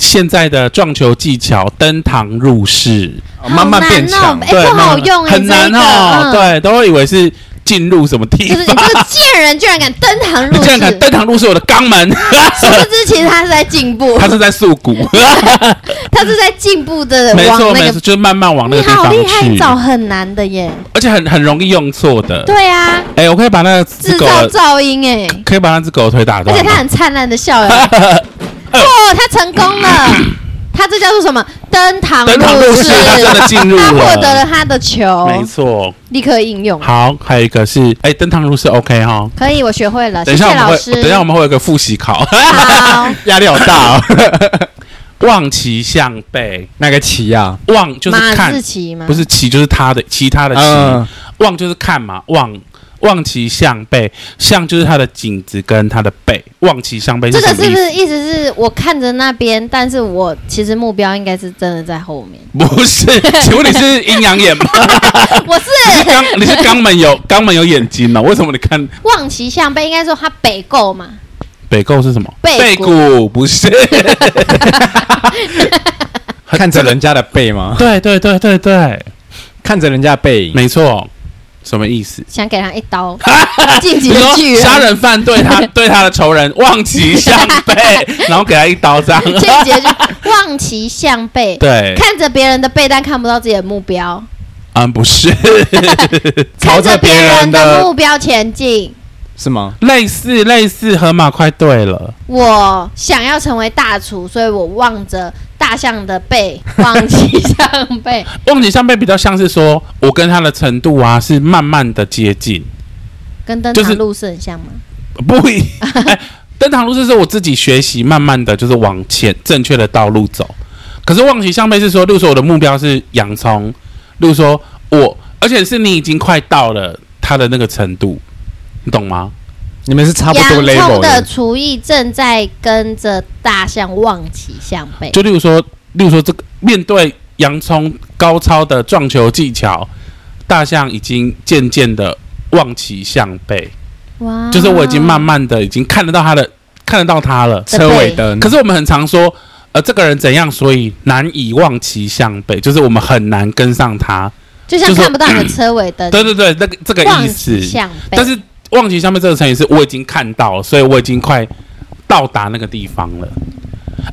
S1: 现在的撞球技巧，登堂入室，
S2: 好
S3: 慢慢变
S2: 难哦
S3: 强。
S2: 哎，不好用哎，
S1: 很难哦。
S2: 这一个，
S1: 对，都会以为是进入什么地
S2: 嗯就是你
S1: 方，
S2: 这个贱人居然敢登堂入
S1: 你啊竟然
S2: 室，
S1: 敢登堂入室我的肛 门，
S2: 殊不知其实他是在进步，
S1: 他是在诉 苦，
S2: 他是在进步的
S1: 没
S2: 往
S1: 错
S2: 那
S1: 没
S2: 个
S1: 错，。就是慢慢往那
S2: 你
S1: 个地
S2: 好
S1: 方
S2: 厉害，你
S1: 去。
S2: 找很难的耶。
S1: 而且很很容易用错的。
S2: 对啊，
S1: 哎、我可以把那只
S2: 制
S1: 狗，
S2: 造噪音哎，
S1: 可以把那只狗的腿打
S2: 而
S1: 断
S2: 且
S1: 吗。
S2: 他很灿烂的笑 容。哦，他成功了，他这叫做什么？登堂
S1: 登堂入室，它真
S2: 室，
S1: 的进入
S2: 他获得了
S1: 了。
S2: 他的球，
S1: 没错。
S2: 立刻应用。
S1: 好，还有一个是，哎、登堂入室 OK 哈。
S2: 可以，我学会了，
S1: 等
S2: 谢
S1: 一
S2: 啊
S1: 下我
S2: 谢
S1: 们
S2: 老
S1: 会，
S2: 师。
S1: 等一下我们会有一个复习考，
S2: 好，
S3: 压力好大哦。
S1: 望其项背，
S3: 那个棋啊，
S1: 望就是
S2: 马
S1: 看
S2: 志，奇吗？
S1: 不是其就是他的其他的其，
S3: 嗯，
S1: 望就是看嘛，望。望其项背，项就是他的颈子跟他的背。望其项背
S2: 这个
S1: 什么意
S2: 是不
S1: 思？
S2: 是意思是我看着那边，但是我其实目标应该是真的在 后面。
S1: 不是，请问你是阴阳眼吗？
S2: 我是
S1: 你是肛你是肛门有肛门有眼睛呢、为什么你看
S2: 望其项背，应该说他北够嘛，
S1: 北购是什么？
S2: 背骨
S1: 骨不是。
S3: 看着人家的背吗？
S1: 对对对对对，
S3: 看着人家的背影，
S1: 没错。什么意思？
S2: 想给他一 刀，晋级
S1: 你
S2: 的
S1: 说
S2: 巨人，
S1: 杀人犯对他 对他的仇人望其项背，然后给他一刀 这样。
S2: 晋级的巨望其项背，
S1: 对，
S2: 看着别人的背，但看不到自己的目标，
S1: 嗯，不是，
S3: 朝着
S2: 看
S3: 别人
S2: 的
S3: 的
S2: 目标前进。
S3: 是吗？
S1: 类似类似，河马快对了，
S2: 我想要成为大厨，所以我望着大象的背，望其项背。
S1: 望其项背比较像是说，我跟他的程度啊是慢慢的接近，
S2: 跟登
S1: 就是
S2: 堂入室很像吗？
S1: 不一。 哎登堂入室是我自己学习，慢慢的就是往前正确的道路走。可是望其项背是说，例如说我的目标是洋葱，例如说我，而且是你已经快到了他的那个程度，你懂吗？
S3: 你们是差不多
S2: 洋
S3: level
S2: 葱的厨艺正在跟着大象望其项背。
S1: 就例如说，例如说这个面对洋葱高超的撞球技巧，大象已经渐渐的望其项背，
S2: 哇哦
S1: 就是我已经慢慢的已经看得到他的，看得到他了。
S3: 车尾灯，
S1: 可是我们很常说，呃，这个人怎样，所以难以望其项背，就是我们很难跟上他。
S2: 就像
S1: 就是
S2: 看不到你的车尾灯，
S1: 对对对，那个这个
S2: 望
S1: 意思
S2: 其。项背。
S1: 但是望其项背这个成语是我已经看到了，所以我已经快到达那个地方了。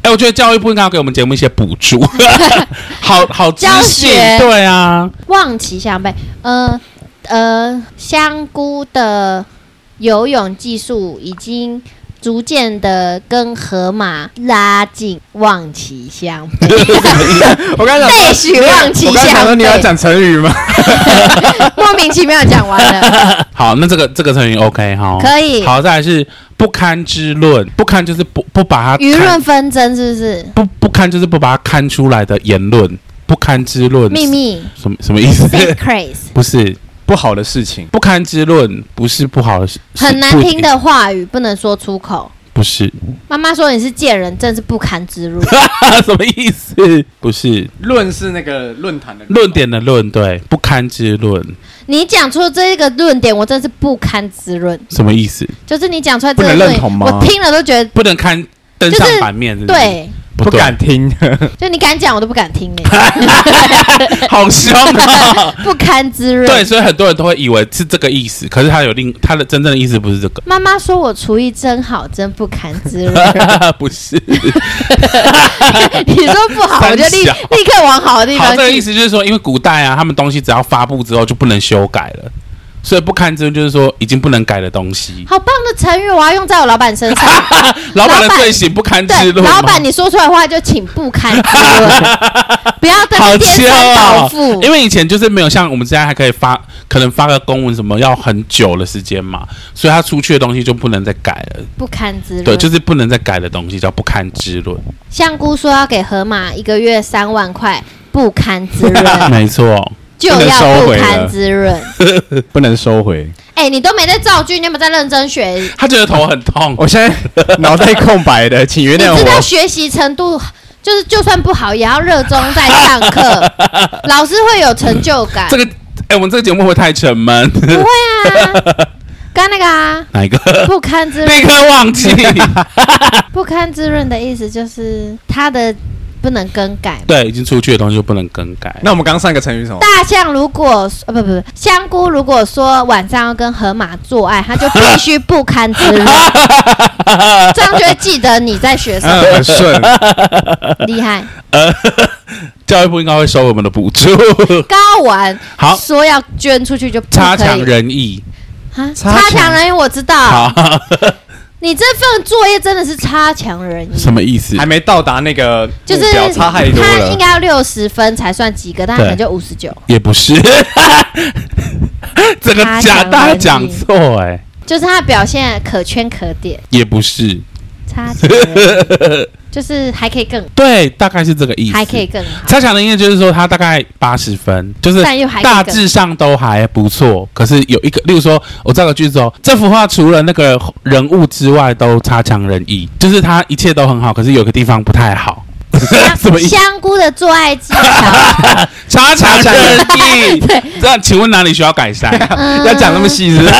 S1: 哎，我觉得教育部应该要给我们节目一些补 助，好好知
S2: 教
S1: 性
S2: 学，
S1: 对啊，
S2: 望其项背，呃呃，香菇的游泳技术已经。逐渐的跟河马拉近，望其项背，
S3: 我刚才
S2: 背许望其
S3: 我刚才想说
S2: 项
S3: 你要
S2: 背，
S3: 讲成语吗？
S2: 莫名其妙讲完了，
S1: 好，那这个这个成语 OK 哈，
S2: 可以。
S1: 好，再来是不堪之论，不堪就是不不把它
S2: 舆
S1: 看
S2: 论纷争是不是？
S1: 不不堪就是不把它看出来的言论，不堪之论，
S2: 秘密
S1: 什么什么意思？
S2: secrets，
S1: 不是
S3: 不好的事情，
S1: 不堪之论，不是不好的事，是
S2: 很难
S1: 不
S2: 听，的话语不能说出口。
S1: 不是
S2: 妈妈说你是贱人，真是不堪之辱。
S1: 什么意思？不是
S3: 论是那个论坛的
S1: 论点的论，对，不堪之论
S2: 你讲出这个论点，我真是不堪之论。
S1: 什么意思？
S2: 就是你讲出来这
S3: 不
S2: 个
S3: 能
S2: 论
S3: 认同
S2: 点，
S3: 吗
S2: 我听了都觉得
S1: 不能堪登上
S2: 就是
S1: 版面，是不是，
S2: 对，
S1: 不
S3: 不
S1: 对
S3: 敢，听。
S2: 就你敢讲，我都不 敢听你，
S1: 好凶 啊！
S2: 不堪之论。
S1: 对，所以很多人都会以为是这个意思，可是他有另他的真正的意思不是这个，
S2: 妈妈说我厨艺真好，真不堪之论。
S1: 不是。
S2: 你说不好，我就立
S1: 三小
S2: 立刻往好的地
S1: 好，
S2: 方
S1: 这个意
S2: 去。
S1: 思就是说，因为古代啊，他们东西只要发布之后就不能修改了，所以不堪之就是说已经不能改的东西。
S2: 好棒的成语，我要用在我老板身上。
S1: 老板的
S2: 老板
S1: 罪行不堪之
S2: 对，
S1: 论吗，
S2: 老板，你说出来的话就请不堪之 论，不要再
S1: 好啊
S2: 颠
S1: 骄
S2: 三倒
S1: 傲
S2: 四。
S1: 因为以前就是没有像我们现在还可以发，可能发个公文什么要很久的时间嘛，所以他出去的东西就不能再改了。
S2: 不堪之论。
S1: 对，就是不能再改的东西叫不堪之 论。
S2: 香菇说要给河马一个月三万块，不堪之 论
S1: 没错，
S2: 就要不堪之论。
S3: 不能收回。
S2: 哎、你都没在造句，你有没有在认 真学？
S1: 他觉得头很 痛。
S3: 我现在脑袋空白 的，请
S2: 你
S3: 原谅
S2: 知道
S3: 我。
S2: 学习程度就是就算不好，也要热衷在上 课，老师会有成就感
S1: 这。个，哎、我们这个节目会不会太沉闷，
S2: 不会啊，刚那个啊，
S1: 哪一个？
S2: 不堪之
S1: 立
S2: 论，
S1: 刻忘记。
S2: 不堪之论的意思就是它的不能更改。
S1: 对，已经出去的东西就不能更改。
S3: 那我们刚刚上一个成语是什么？
S2: 大象如果呃不不不，香菇如果说晚上要跟河马做爱，它就必须不堪之论，这样就会记得你在学 什么。
S3: 嗯，很顺。
S2: 厉害，
S1: 教育部应该会收我们的补 助。
S2: 高玩
S1: 好，
S2: 说要捐出去就不
S1: 差
S2: 可
S1: 强
S2: 以
S1: 人意。
S2: 啊！
S3: 差
S2: 差强
S3: 强
S2: 人意我知道，
S1: 好，
S2: 你这份作业真的是差强人意，
S1: 什么意思
S3: 还？没到达那个
S2: 就
S3: 目
S2: 是
S3: 标，差太多
S2: 他应
S3: 了。
S2: 该要六十分才算及格，但他可能就五十九，
S1: 也不是， 整个
S2: 差强
S1: 假
S2: 人意
S1: 大家讲错哎，
S2: 就是他表现可圈可点，
S1: 也不是。
S2: 差强人意就是还可以更，
S1: 对，大概是这个意思。
S2: 还可以更好，
S1: 差强人意就是说他大概八十分，就是
S2: 但又还可以
S1: 大
S2: 更
S1: 致上都还不错。可是有一个，例如说，我造个句子哦，这幅画除了那个人物之外都差强人意，就是他一切都很好，可是有个地方不太好。 什么意思？
S2: 香菇的做爱技巧，
S1: 差强人意。
S2: 对，
S1: 那请问哪里需要改 善？，
S2: 嗯
S3: 要讲那么细是不是？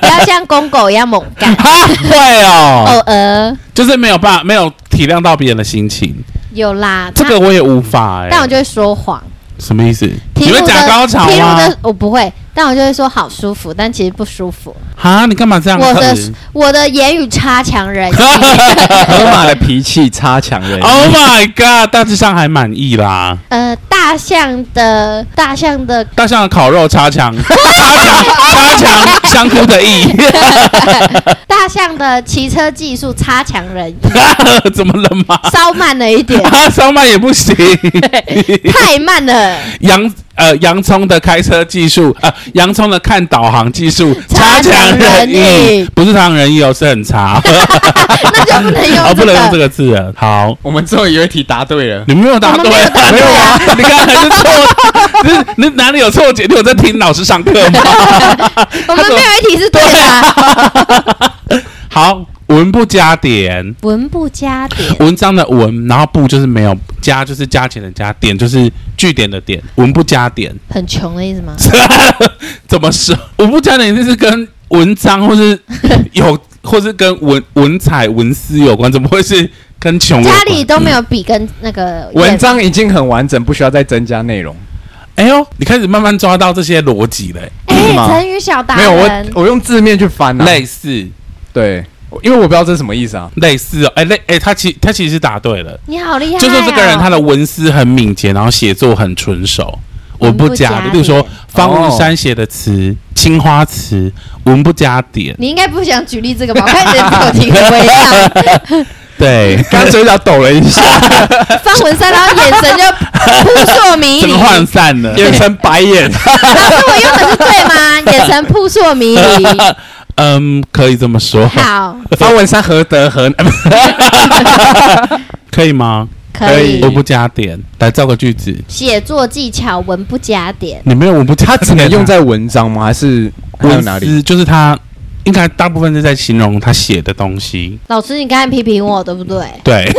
S2: 不要像公狗一样猛干
S1: 哈，会
S2: 偶
S1: 哦，
S2: 尔
S1: 就是没有办法，没有体谅到别人的心情，
S2: 有啦。
S1: 这个我也无法哎。
S2: 但，但我就会说谎。
S1: 什么意思？
S2: 题
S1: 你
S2: 目
S1: 会假
S2: 的
S1: 高潮啊
S2: 题目
S1: 吗？
S2: 的我不会，但我就会说好舒服，但其实不舒服。
S1: 啊，你干嘛这样
S2: 我的
S1: 子
S2: 我的言语差强人 意，
S3: 河马的脾气差强人意。
S1: ？Oh my god！大致上还满意啦。
S2: 呃，大象的大象的
S1: 大象的烤肉差 强，差强差强香菇的意，
S2: 大象的骑车技术差强人意，
S1: 怎么了嘛？
S2: 稍慢了 一点，
S1: 啊，烧麦也不行。
S2: 太慢 了，
S1: 洋呃洋葱的开车技术，呃洋葱的看导航技术 差
S2: 差强
S1: 强
S2: 人
S1: 人
S2: 意
S1: 意，不是差强人意哦，是很 差，
S2: 那就不能
S1: 哦
S2: 用
S1: 不
S2: 这
S1: 能用这
S2: 个。
S1: 个字了。好，
S3: 我们最后有一题答对了，
S1: 你没有答
S2: 我们
S1: 对
S2: 没有答，对啊，
S1: 你刚才是错， 你是你哪里有错觉？你有在听老师上课 吗？
S2: 我们没有一题是对的 啊，
S1: 好，文不加点。
S2: 文不加点。
S1: 文章的文，然后不就是没有加，就是加钱的加，点就是据点的点，文不加点，
S2: 很穷的意思吗？
S1: 怎么说？文不加点就是跟文章或 是有，或是跟文文采文思有关，怎么会是跟穷有关？
S2: 家里都没有笔跟那个
S3: 嗯文
S2: 砚
S3: 章已经很完整，不需要再增加内容。
S1: 哎呦，你开始慢慢抓到这些逻辑了、
S2: 哎
S3: 是，吗
S2: 成语小达
S3: 没有，我
S2: 人，
S3: 我用字面去翻啊。
S1: 类似
S3: 对，我因为我不知道这是什么意思啊。
S1: 类似哦，哎类哎，他其他其实答对了，
S2: 你好厉害、哦！
S1: 就是这个人他的文思很敏捷，然后写作很纯熟。文不加
S2: 文不加点
S1: 点，例如说方文山写的词《青花瓷》，文不加点，
S2: 你应该不想举例这个吧？我 看你的表情很微笑，
S1: 对，
S3: 刚刚嘴角抖了一下，
S2: 方文山，然后眼神就扑朔 迷
S1: 整
S2: 离。
S1: 个涣散了。
S3: 眼神白眼。
S2: 老师，我用的是对吗？ 眼神扑朔迷离。
S1: 嗯，可以这么说，
S2: 好，
S3: 方文山何德呃何？
S1: 可以吗？
S2: 可以
S3: 可
S1: 我
S3: 以。
S1: 不加点，来造个句子。
S2: 写作技巧文不加点，
S1: 你没有我不加
S3: 他
S1: 点啊，
S3: 只能用在文章吗？还是还有
S1: 文
S3: 哪里？
S1: 思，就是他应该大部分是在形容他写的东西。
S2: 老师你刚才批评我对不对？
S1: 对，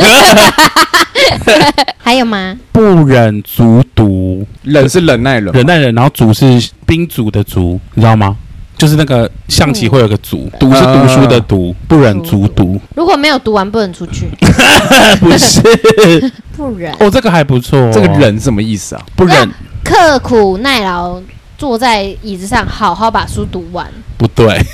S2: 还有吗？
S1: 不忍卒读，
S3: 忍是忍耐忍，
S1: 忍耐忍，然后卒是兵卒的卒，你知道吗？就是那个象棋会有个卒，读是读书的读，不忍卒读，
S2: 如果没有读完不能出去，
S1: 不是？
S2: 不忍
S1: 哦，嗯 这个还不错哦，
S3: 这个忍是什么意思啊？不
S2: 忍刻苦耐劳，坐在椅子上好好把书读完。
S1: 不对，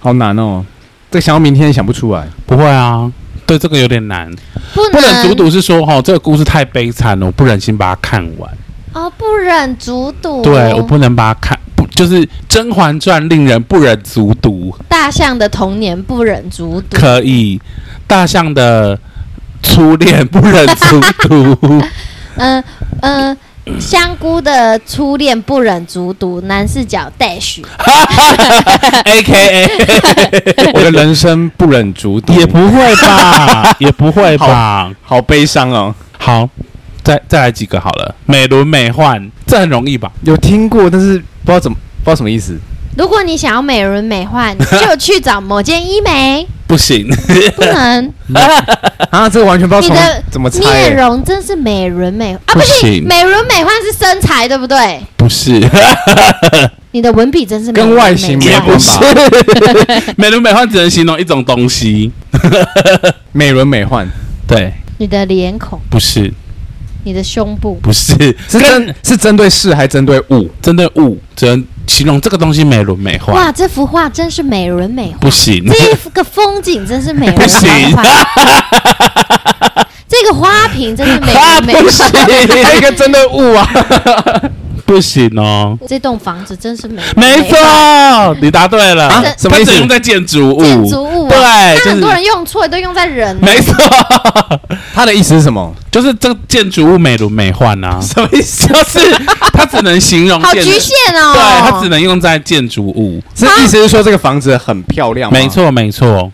S3: 好难哦，这个想要明天也想不出 来。
S1: 不会啊，对这个有点难。
S2: 不
S1: 不忍
S2: 能
S1: 卒读是说，哦哈、这个故事太悲惨了，我不忍心把它看完。
S2: 哦，不忍卒读。
S1: 对，我不能把它看，不就是《甄嬛传》令人不忍卒读，
S2: 大象的童年不忍卒读，
S1: 可以；大象的初恋不忍卒 读，
S2: 嗯嗯、香菇的初恋不忍卒读，男视角 dash，
S1: A K A
S4: 我的人生不忍卒读，
S1: 也不会 吧，也不会吧。
S4: 好悲伤哦。
S1: 好，再再来几个好了，美轮美奂，这很容易吧？
S4: 有听过，但是不知道怎么，不知道什么意思。
S2: 如果你想要美轮美奂，就去找某间医美，
S1: 不 行，
S2: 不能。
S4: 啊，这个完全不知
S2: 你
S4: 道从
S2: 的
S4: 怎么猜
S2: 面
S4: 欸。
S2: 容真是美轮美奂啊！
S1: 不
S2: 不
S1: 行
S2: 行，美轮美奂是身材，对不对？
S1: 不 是，
S2: 你的文笔真是美
S3: 跟
S2: 轮
S3: 外
S2: 美
S3: 形
S2: 奂
S3: 没
S1: 也
S3: 有
S1: 不
S3: 关
S1: 是
S3: 吧。
S1: 美轮美奂只能形容一种东西，
S3: 美轮美奂
S1: 对，
S2: 你的脸孔，
S1: 不是，
S2: 你的胸部，
S1: 不是，
S3: 是针是针对事还针对物？
S1: 针对物，只能形容这个东西美轮美奂，
S2: 哇，这幅画真是美轮美奂。
S1: 不 行，
S2: 这个风景真是美轮美
S1: 不行
S2: 奂，这个花瓶真是 美
S1: 啊，
S2: 轮美
S1: 不
S2: 奂，
S1: 行，
S3: 那个针对物啊，
S1: 不行哦。
S2: 这栋房子真是美轮
S1: 没
S2: 美
S1: 错
S2: 奂。，
S1: 你答对了。
S3: 啊
S1: 它
S3: 什么意思
S1: 它只用在建筑物，
S2: 建筑物啊，
S1: 对，
S2: 那
S1: 就是
S2: 很多人用错，都用在人。
S1: 没错，
S3: 他的意思是什 么？
S1: 就是这个建筑物美轮美奂 啊，
S4: 什么意思？
S1: 就是它只能形容
S2: 好
S1: 建筑
S2: 局限哦。
S1: 对，它只能用在建筑物。
S3: 是意思是说这个房子很漂亮吗？
S1: 没，错，没错，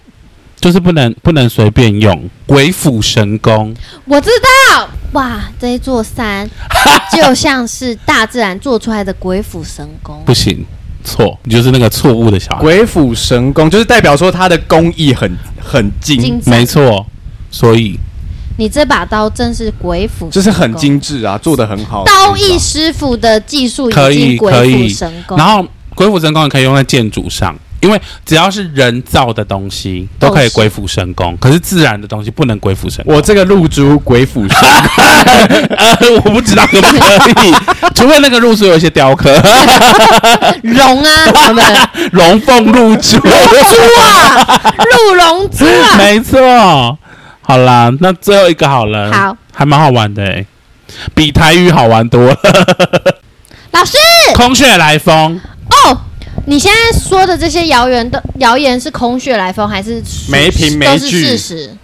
S1: 就是不能不能随便用，鬼斧神工。
S2: 我知道，哇，这一座山就像是大自然做出来的鬼斧神工。
S1: 不行，错，你就是那个错误的小孩。
S3: 鬼斧神工就是代表说他的工艺很很精，
S2: 精致
S1: 没，错，所以
S2: 你这把刀真是鬼斧神工，
S3: 就是很精致啊，做的很好。
S2: 刀艺师傅的技术已
S1: 可以
S2: 经
S1: 可
S2: 鬼斧
S1: 以
S2: 神，工
S1: 然，后鬼斧神工也可以用在建筑上。因为只要是人造的东西
S2: 哦
S1: 都可以鬼斧神工，可是自然的东西不能鬼斧神 工。
S3: 我这个露珠鬼斧 神工，
S1: 呃，我不知道可不可 以，除非那个入珠有一些雕刻，
S2: 龙啊，他们
S1: 龙凤入 珠。
S2: 猪啊，鹿龙珠啊，
S1: 没错，好啦，那最后一个好了，
S2: 好，
S1: 还蛮好玩的、欸，比台语好玩 多了。
S2: 老师
S1: 空穴来风，
S2: 哦。你现在说的这些谣言的谣言是空穴来风还是
S3: 没凭没
S2: 都
S3: 据
S2: 是事实？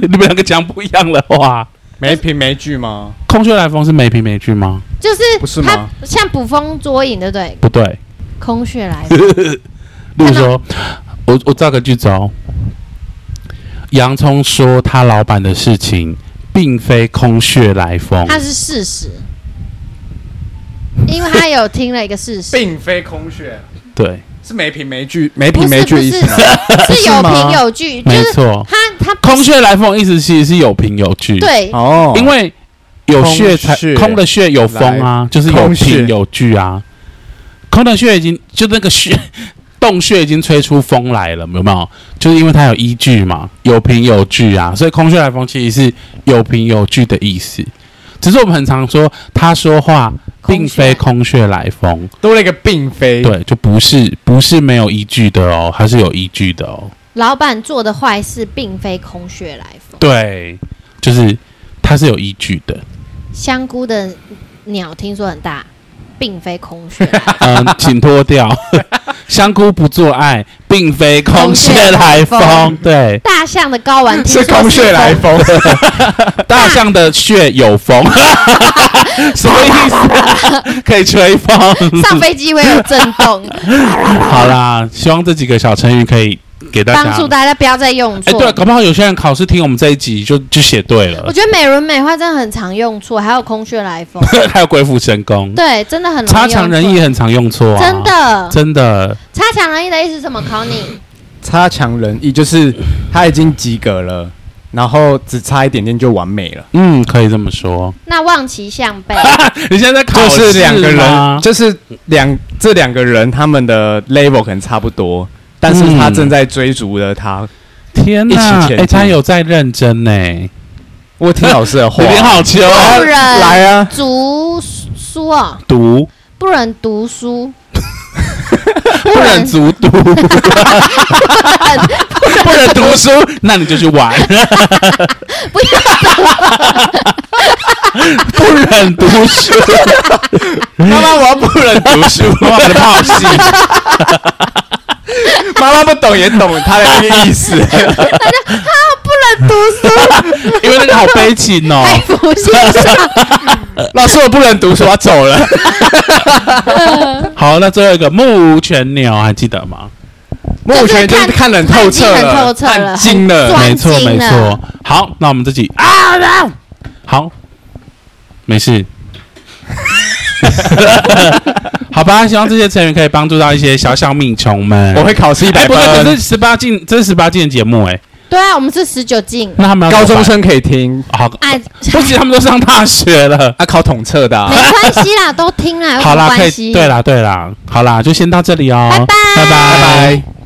S1: 你们两个讲不一样的话。
S3: 没凭没据吗？
S1: 空穴来风是没凭没据吗？
S2: 就是
S3: 不是
S2: 他
S3: 吗
S2: 像捕风捉影，对不对？
S1: 不对，
S2: 空穴来风。
S1: 例如说，我我造个句子哦。洋葱说他老板的事情并非空穴来风，
S2: 它是事实，因为他有听了一个事实，
S3: 并非空穴，
S1: 对，
S3: 是没凭没据，没
S2: 不
S3: 凭没
S2: 是
S3: 据
S2: 不
S3: 的
S2: 是
S3: 意思吗。
S2: 是有凭有据，就
S1: 没
S2: 是
S1: 错。
S2: 他他
S1: 空穴来风意思其实是有凭有据，，
S2: 对
S3: 哦
S1: 因为有穴
S3: 空
S1: 才
S3: 穴
S1: 空的穴有风啊，就是有
S3: 空穴
S1: 凭有据啊。空的穴已经就那个穴 洞穴已经吹出风来了，有没有？就是因为它有依据嘛，有凭有据啊，所以空穴来风其实是有凭有据的意思。只是我们很常说，他说话并非空穴来风，
S3: 多了一个并非，
S1: 对，就不是不是没有依据的哦，它是有依据的哦，
S2: 老板做的坏事并非空穴来风。
S1: 对，就是它是有依据的。。
S2: 香菇的鸟听说很大，并非空穴来风
S1: 嗯，请脱掉。香菇不做爱，并非空穴来
S2: 空穴来
S1: 风。对，
S2: 大象的睾丸听说
S3: 是空穴来
S2: 风，
S3: 风。
S1: 大象的穴有风，什么意思、啊？可以吹风。
S2: 上飞机会有震动，
S1: 好啦，希望这几个小成语可以给 大
S2: 帮
S1: 家
S2: 助。大家不要再用
S1: 哎、
S2: 错。
S1: 对，搞不好有些人考试听我们这一集就就写对
S2: 我
S1: 了，
S2: 觉得美轮美奂真的很常用错，还有空穴来 风，
S1: 还有鬼斧神工，
S2: 对，真的很容易
S1: 差
S2: 用
S1: 强人
S2: 错
S1: 意，很常用错、啊，
S2: 真的
S1: 真的
S2: 差强人意的意思是什么？考你。
S3: 差强人意，就是他已经及格了，然后只差一点点就完美了。
S1: 嗯，可以这么说。
S2: 那望其项 背，
S1: 你现在在考
S3: 就
S1: 试
S3: 是两个
S1: 吗
S3: 人，就是两这两个人他们的 level 可能差不多，但是他正在追逐的他。
S1: 天
S3: 一
S1: 哪
S3: 起！前
S1: 哎、他
S3: 进
S1: 有在认真呢、
S3: 我听老师的 话
S1: 你，脸好球、啊
S2: 不，忍
S3: 来啊！
S2: 读书哦，
S1: 读
S2: 不忍 读书，
S1: 不忍卒读，不忍读书，那你就去玩。
S2: 不要读，
S1: 不忍读书，
S4: 妈妈，我要不能读书，
S1: 妈妈的炮戏，
S4: 妈妈不懂也懂他的那个意思。
S2: 不能读书，
S1: 因为那个好悲情 哦。
S2: 还服心上。
S4: 老师，我不能读书，我要走了。
S1: 好，那最后一个目无全鸟，还记得吗？
S4: 目前就是看得很透彻
S2: 已经很
S4: 了，
S2: 透彻了
S4: 看精了。
S2: 很
S1: 没错
S2: 专精
S1: 没
S2: 了
S1: 错。好，那我们自己啊，好，没事。 好吧，希望这些成员可以帮助到一些小小米虫们。
S4: 我会考试一百
S1: 哎，不对，可
S4: 分。
S1: 是十八禁，这是十八禁的节目哎、
S2: 对啊，我们是十九进，
S1: 那他们要
S3: 高
S1: 怎么办
S3: 中生可以听
S1: 好，
S2: 哎，
S1: 不止他们都上大学 了。
S4: 啊，考统测的啊
S2: 没。关系啦，都听啦，有什
S1: 好
S2: 么
S1: 啦，可
S2: 关
S1: 以，
S2: 系？
S1: 对啦，对啦，好啦，就先到这里哦，
S2: 拜拜
S1: 拜拜。
S4: 拜。